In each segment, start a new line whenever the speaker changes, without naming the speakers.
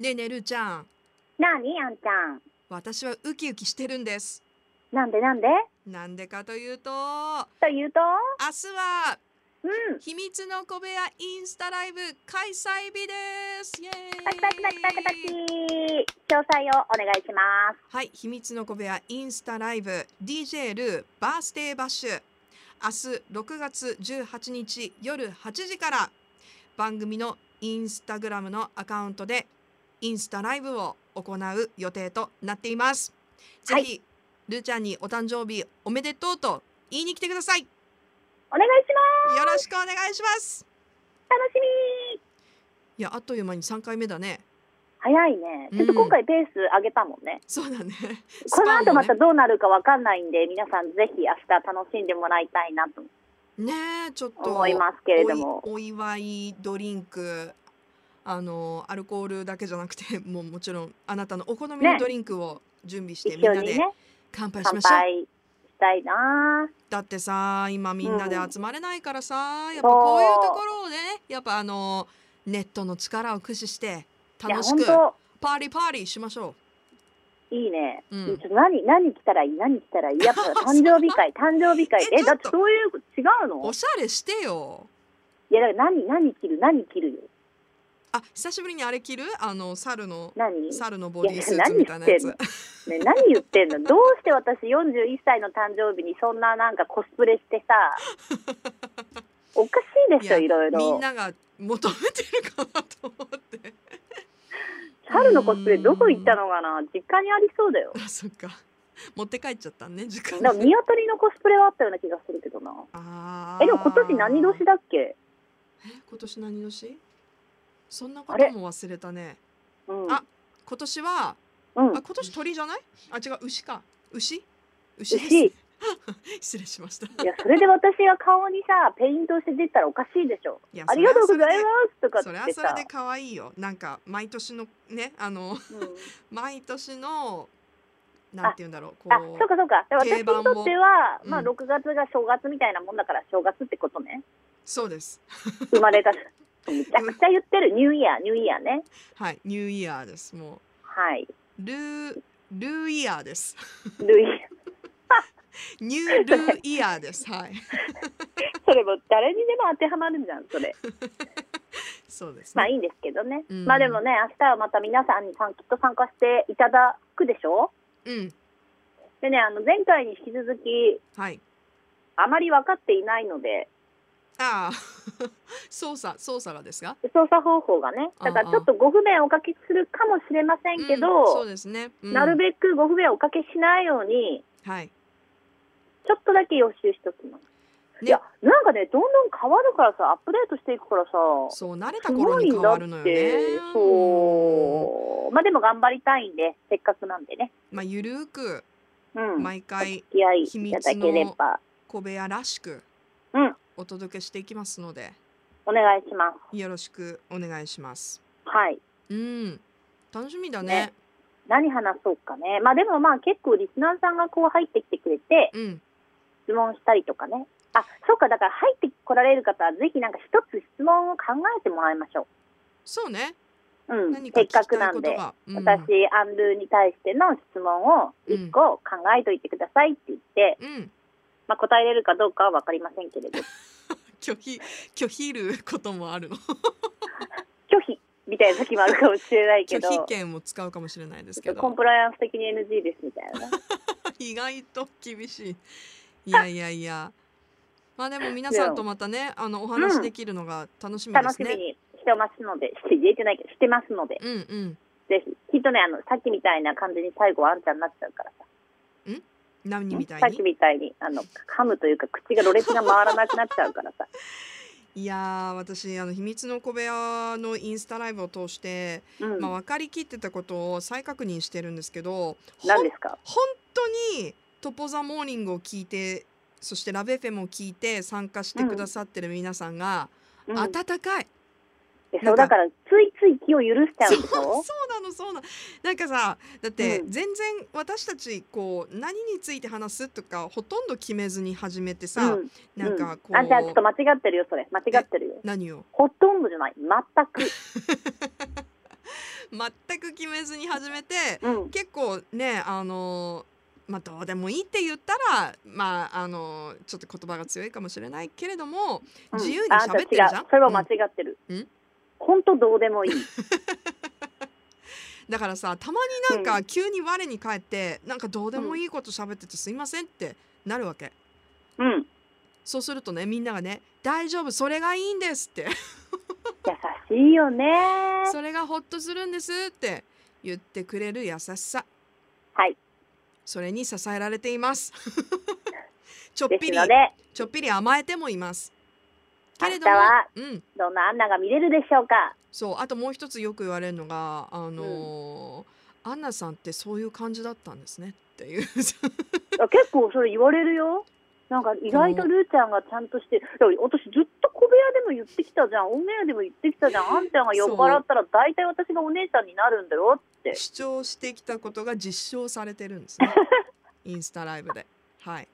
ねえねえるーちゃん
なにあんちゃん
私はウキウキしてるんです
なんでなんで
なんでかというと明
というと
日は
うん
秘密の小部屋インスタライブ開催日ですイエー
パチパチパチパチパチ
イ
詳細をお願いします
はい秘密の小部屋インスタライブ DJ ルーバースデーバッシュ明日6月18日夜8時から番組のインスタグラムのアカウントでインスタライブを行う予定となっていますぜひ、
はい
ルーちゃんにお誕生日おめでとうと言いに来てくださいよ
お願いします
ろしくお願いします
楽しみ
いやあっという間に3回目だね
早いねちょっと今回ベース上げたもんね、
そうだね
この後ま
スパンもね
たどうなるかわかんないんで皆さんぜひ明日楽しんでもらいたいなと
ねえちょっと
思いますけれども
おいお祝いドリンクあのアルコールだけじゃなくて もうもちろんあなたのお好みの
ね
ドリンクを準備して、
一
みん
緒
な
に
で
ね
乾杯し
乾
ましょう
杯したいな
だってさ今みんなで
うん
集まれないからさ、やっぱこういうところをねやっぱあのネットの力を駆使して
いや
楽し
本
く
当
パーリーパーリーしましょ
いいね、
う、う
ちょっ
ん、
と何何着たらいい何着たらいいやっぱ誕生日会誕生日 会
え
え
ちょ
だ
っ
っ
と
てそういう違うの
おしゃれしてよ
いやだから何何着る何着るよ
あ久しぶりにあれ着るあの猿の
何
猿のボディースーツみたいなやつ
いや何ね、何言ってん のどうして私41歳の誕生日にそんななんかコスプレして さおかしいでし
いや
ょいろい
みん
ろ
なが求めてるかなと思って
春のコスプレどこ行ったのかな実家にありそうだよ
あそっか持って帰っちゃったね時間
なんか見当たりのコスプレはあったような気がするけどな
あー
えでも今年何年だっけ、
え今年何年そんなこ
あ
と
れ
も忘れたね
うん、
あ今年は
うん
あ今年鳥じゃないあ違う牛か牛牛です
牛
失礼しましたい
いやそれで私が顔にさペイントして出たらおかしいでしょ
や
ありがとうござい
す
ますとか
それ
っ
は
て
それ
さ
で、可愛いよなんか毎年のねあの
うん
毎年のなんて言うんだろう
あ
こ
そうかそうかで私
定
に
番を
とっては、
うん
まあ、6月が正月みたいなもんだから正月ってこ とね
うそうです
生まれためちゃくちゃ言ってるニューイヤーニューイヤーね
はいニューイヤーですもう
はい
ルールーイヤー です。
ルイ
ニュールーイヤーです。はい。
それも誰にでも当てはまるじゃんそれ
そうです、ね。
まあいいんですけどね、
うん
まあでもね明日はまた皆さんにさんきっと参加していただくでしょ
うん。
でねあの前回に引き続き
はい。
あまり分かっていないので
ああ、操作操作がですが。
操作方法がねだからちょっとご不便をおかけするかもしれませんけど、
うんそうですね。うん
なるべくご不便をおかけしないように
はい。
ちょっとだけ予習しときます。
ね
いやなんかねどんどん変わるからさアップデートしていくからさ
そう慣れた
す
頃
ごい
に変
な
わ
っ
るのよね
て。そうまあでも頑張りたいんでせっかくなんでね
うんまあゆるーく
うん
毎回
お付き合い
秘
い
密の
ただければ
小部屋らしく
うん
お届けしていきますので、
お願いします
よろしくお願いします。
はい
うん。楽しみだね
ね何話そうかねまあでもまあ結構リスナーさんがこう入ってきてくれて
うん。
質問したりとかねあそうかだから入ってこられる方はぜひなんか一つ質問を考えてもらいましょ
そうね。
ううん
何か聞
せっ
きた
か
い
くなん
こと
で
が。うん
私、アンルーに対しての質問を1個考えといてくださいって言って、
うん。
まあ、答えれるかどうかは分かりません けれど
拒否拒否ることもあるの
拒否みたいな時もあるかもしれないけ
拒
ど
否権も使うかもしれないですけ
コン
ど
プライアンス的に NG ですみたいなね
意外と厳しいいやいやいやまあでも皆さんとまたねあのお話できるのが楽しみで
楽
す
しみ
ね、
にしてますのでして言えてないけどしてますので
うん、うん
ぜひきっとねあのさっきみたいな感じに最後はあんちゃんになっちゃうからさ
何みた
さ
い
っき
に
みたいにあの噛むというか口がろれつが回らなくなっちゃうからさ
いやー私あの秘密の小部屋のインスタライブを通して、
うん、
まあ、分かりきってたことを再確認してるんですけどほん
何ですか
本当に「トポ・ザ・モーニング」を聞いてそして「ラベフェ」も聞いて参加してくださってる皆さんが、
うん
温かい
で
な
そ
ん
う
か
だからついつい気を許しちゃう
そ
ん
う
でし
そ
ょ
うなの そうなのなんかさだって
うん
全然私たちこう何について話すとかほとんど決めずに始めてさ、
うん
なんかこ
あんちゃんちょっと
う
間違ってるよそれ間違ってるよ
何を
ほとんどじゃない全く
全く決めずに始めて
うん
結構ねあのまあどうでもいいって言ったらまああのちょっと言葉が強いかもしれないけれども
うん
自由に
あなた
喋ってるじゃん
違うそれは間違ってる
うん
本当どうでもいい
だからさたまに なんか急に我に返ってなんかどうでもいいこと喋っててすいませんってなるわけ
うん優
そうするとねみんながね大丈夫それがいいんですって
しいよね
それがホッとするんですって言ってくれる優しさ
はい
それに支えられています ちょっ
で
ぴ
す
り
ので
ちょっぴり甘えてもいますけれ
明
ど
日
も
は
うん
どんなアンナが見れるでしょう か
そうあともう一つよく言われるのがあのーアンナさんってそういう感じだったんですねって いう
あ結構それ言われるよなんか意外とルーちゃんがちゃんとしてだから私ずっと小部屋でも言ってきたじゃんオンエアでも言ってきたじゃんあんちゃんが酔っ払ったら大体私がお姉ちゃんになるんだよって
主張してきたことが実証されてるんですね インスタライブではい、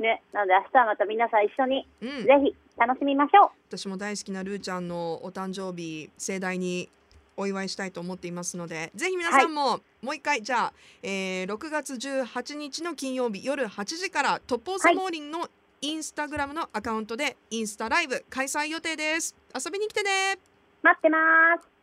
ねなので明日はまた皆さん一緒に
うん、
ぜひ楽しみましょう
私も大好きなルーちゃんのお誕生日盛大にお祝いしたいと思っていますのでぜひ皆さんも、もう一回じゃあ、えー6月18日の金曜日夜8時からトップオーサモーリンのインスタグラムのアカウントでインスタライブ開催予定です遊びに来てね
待ってます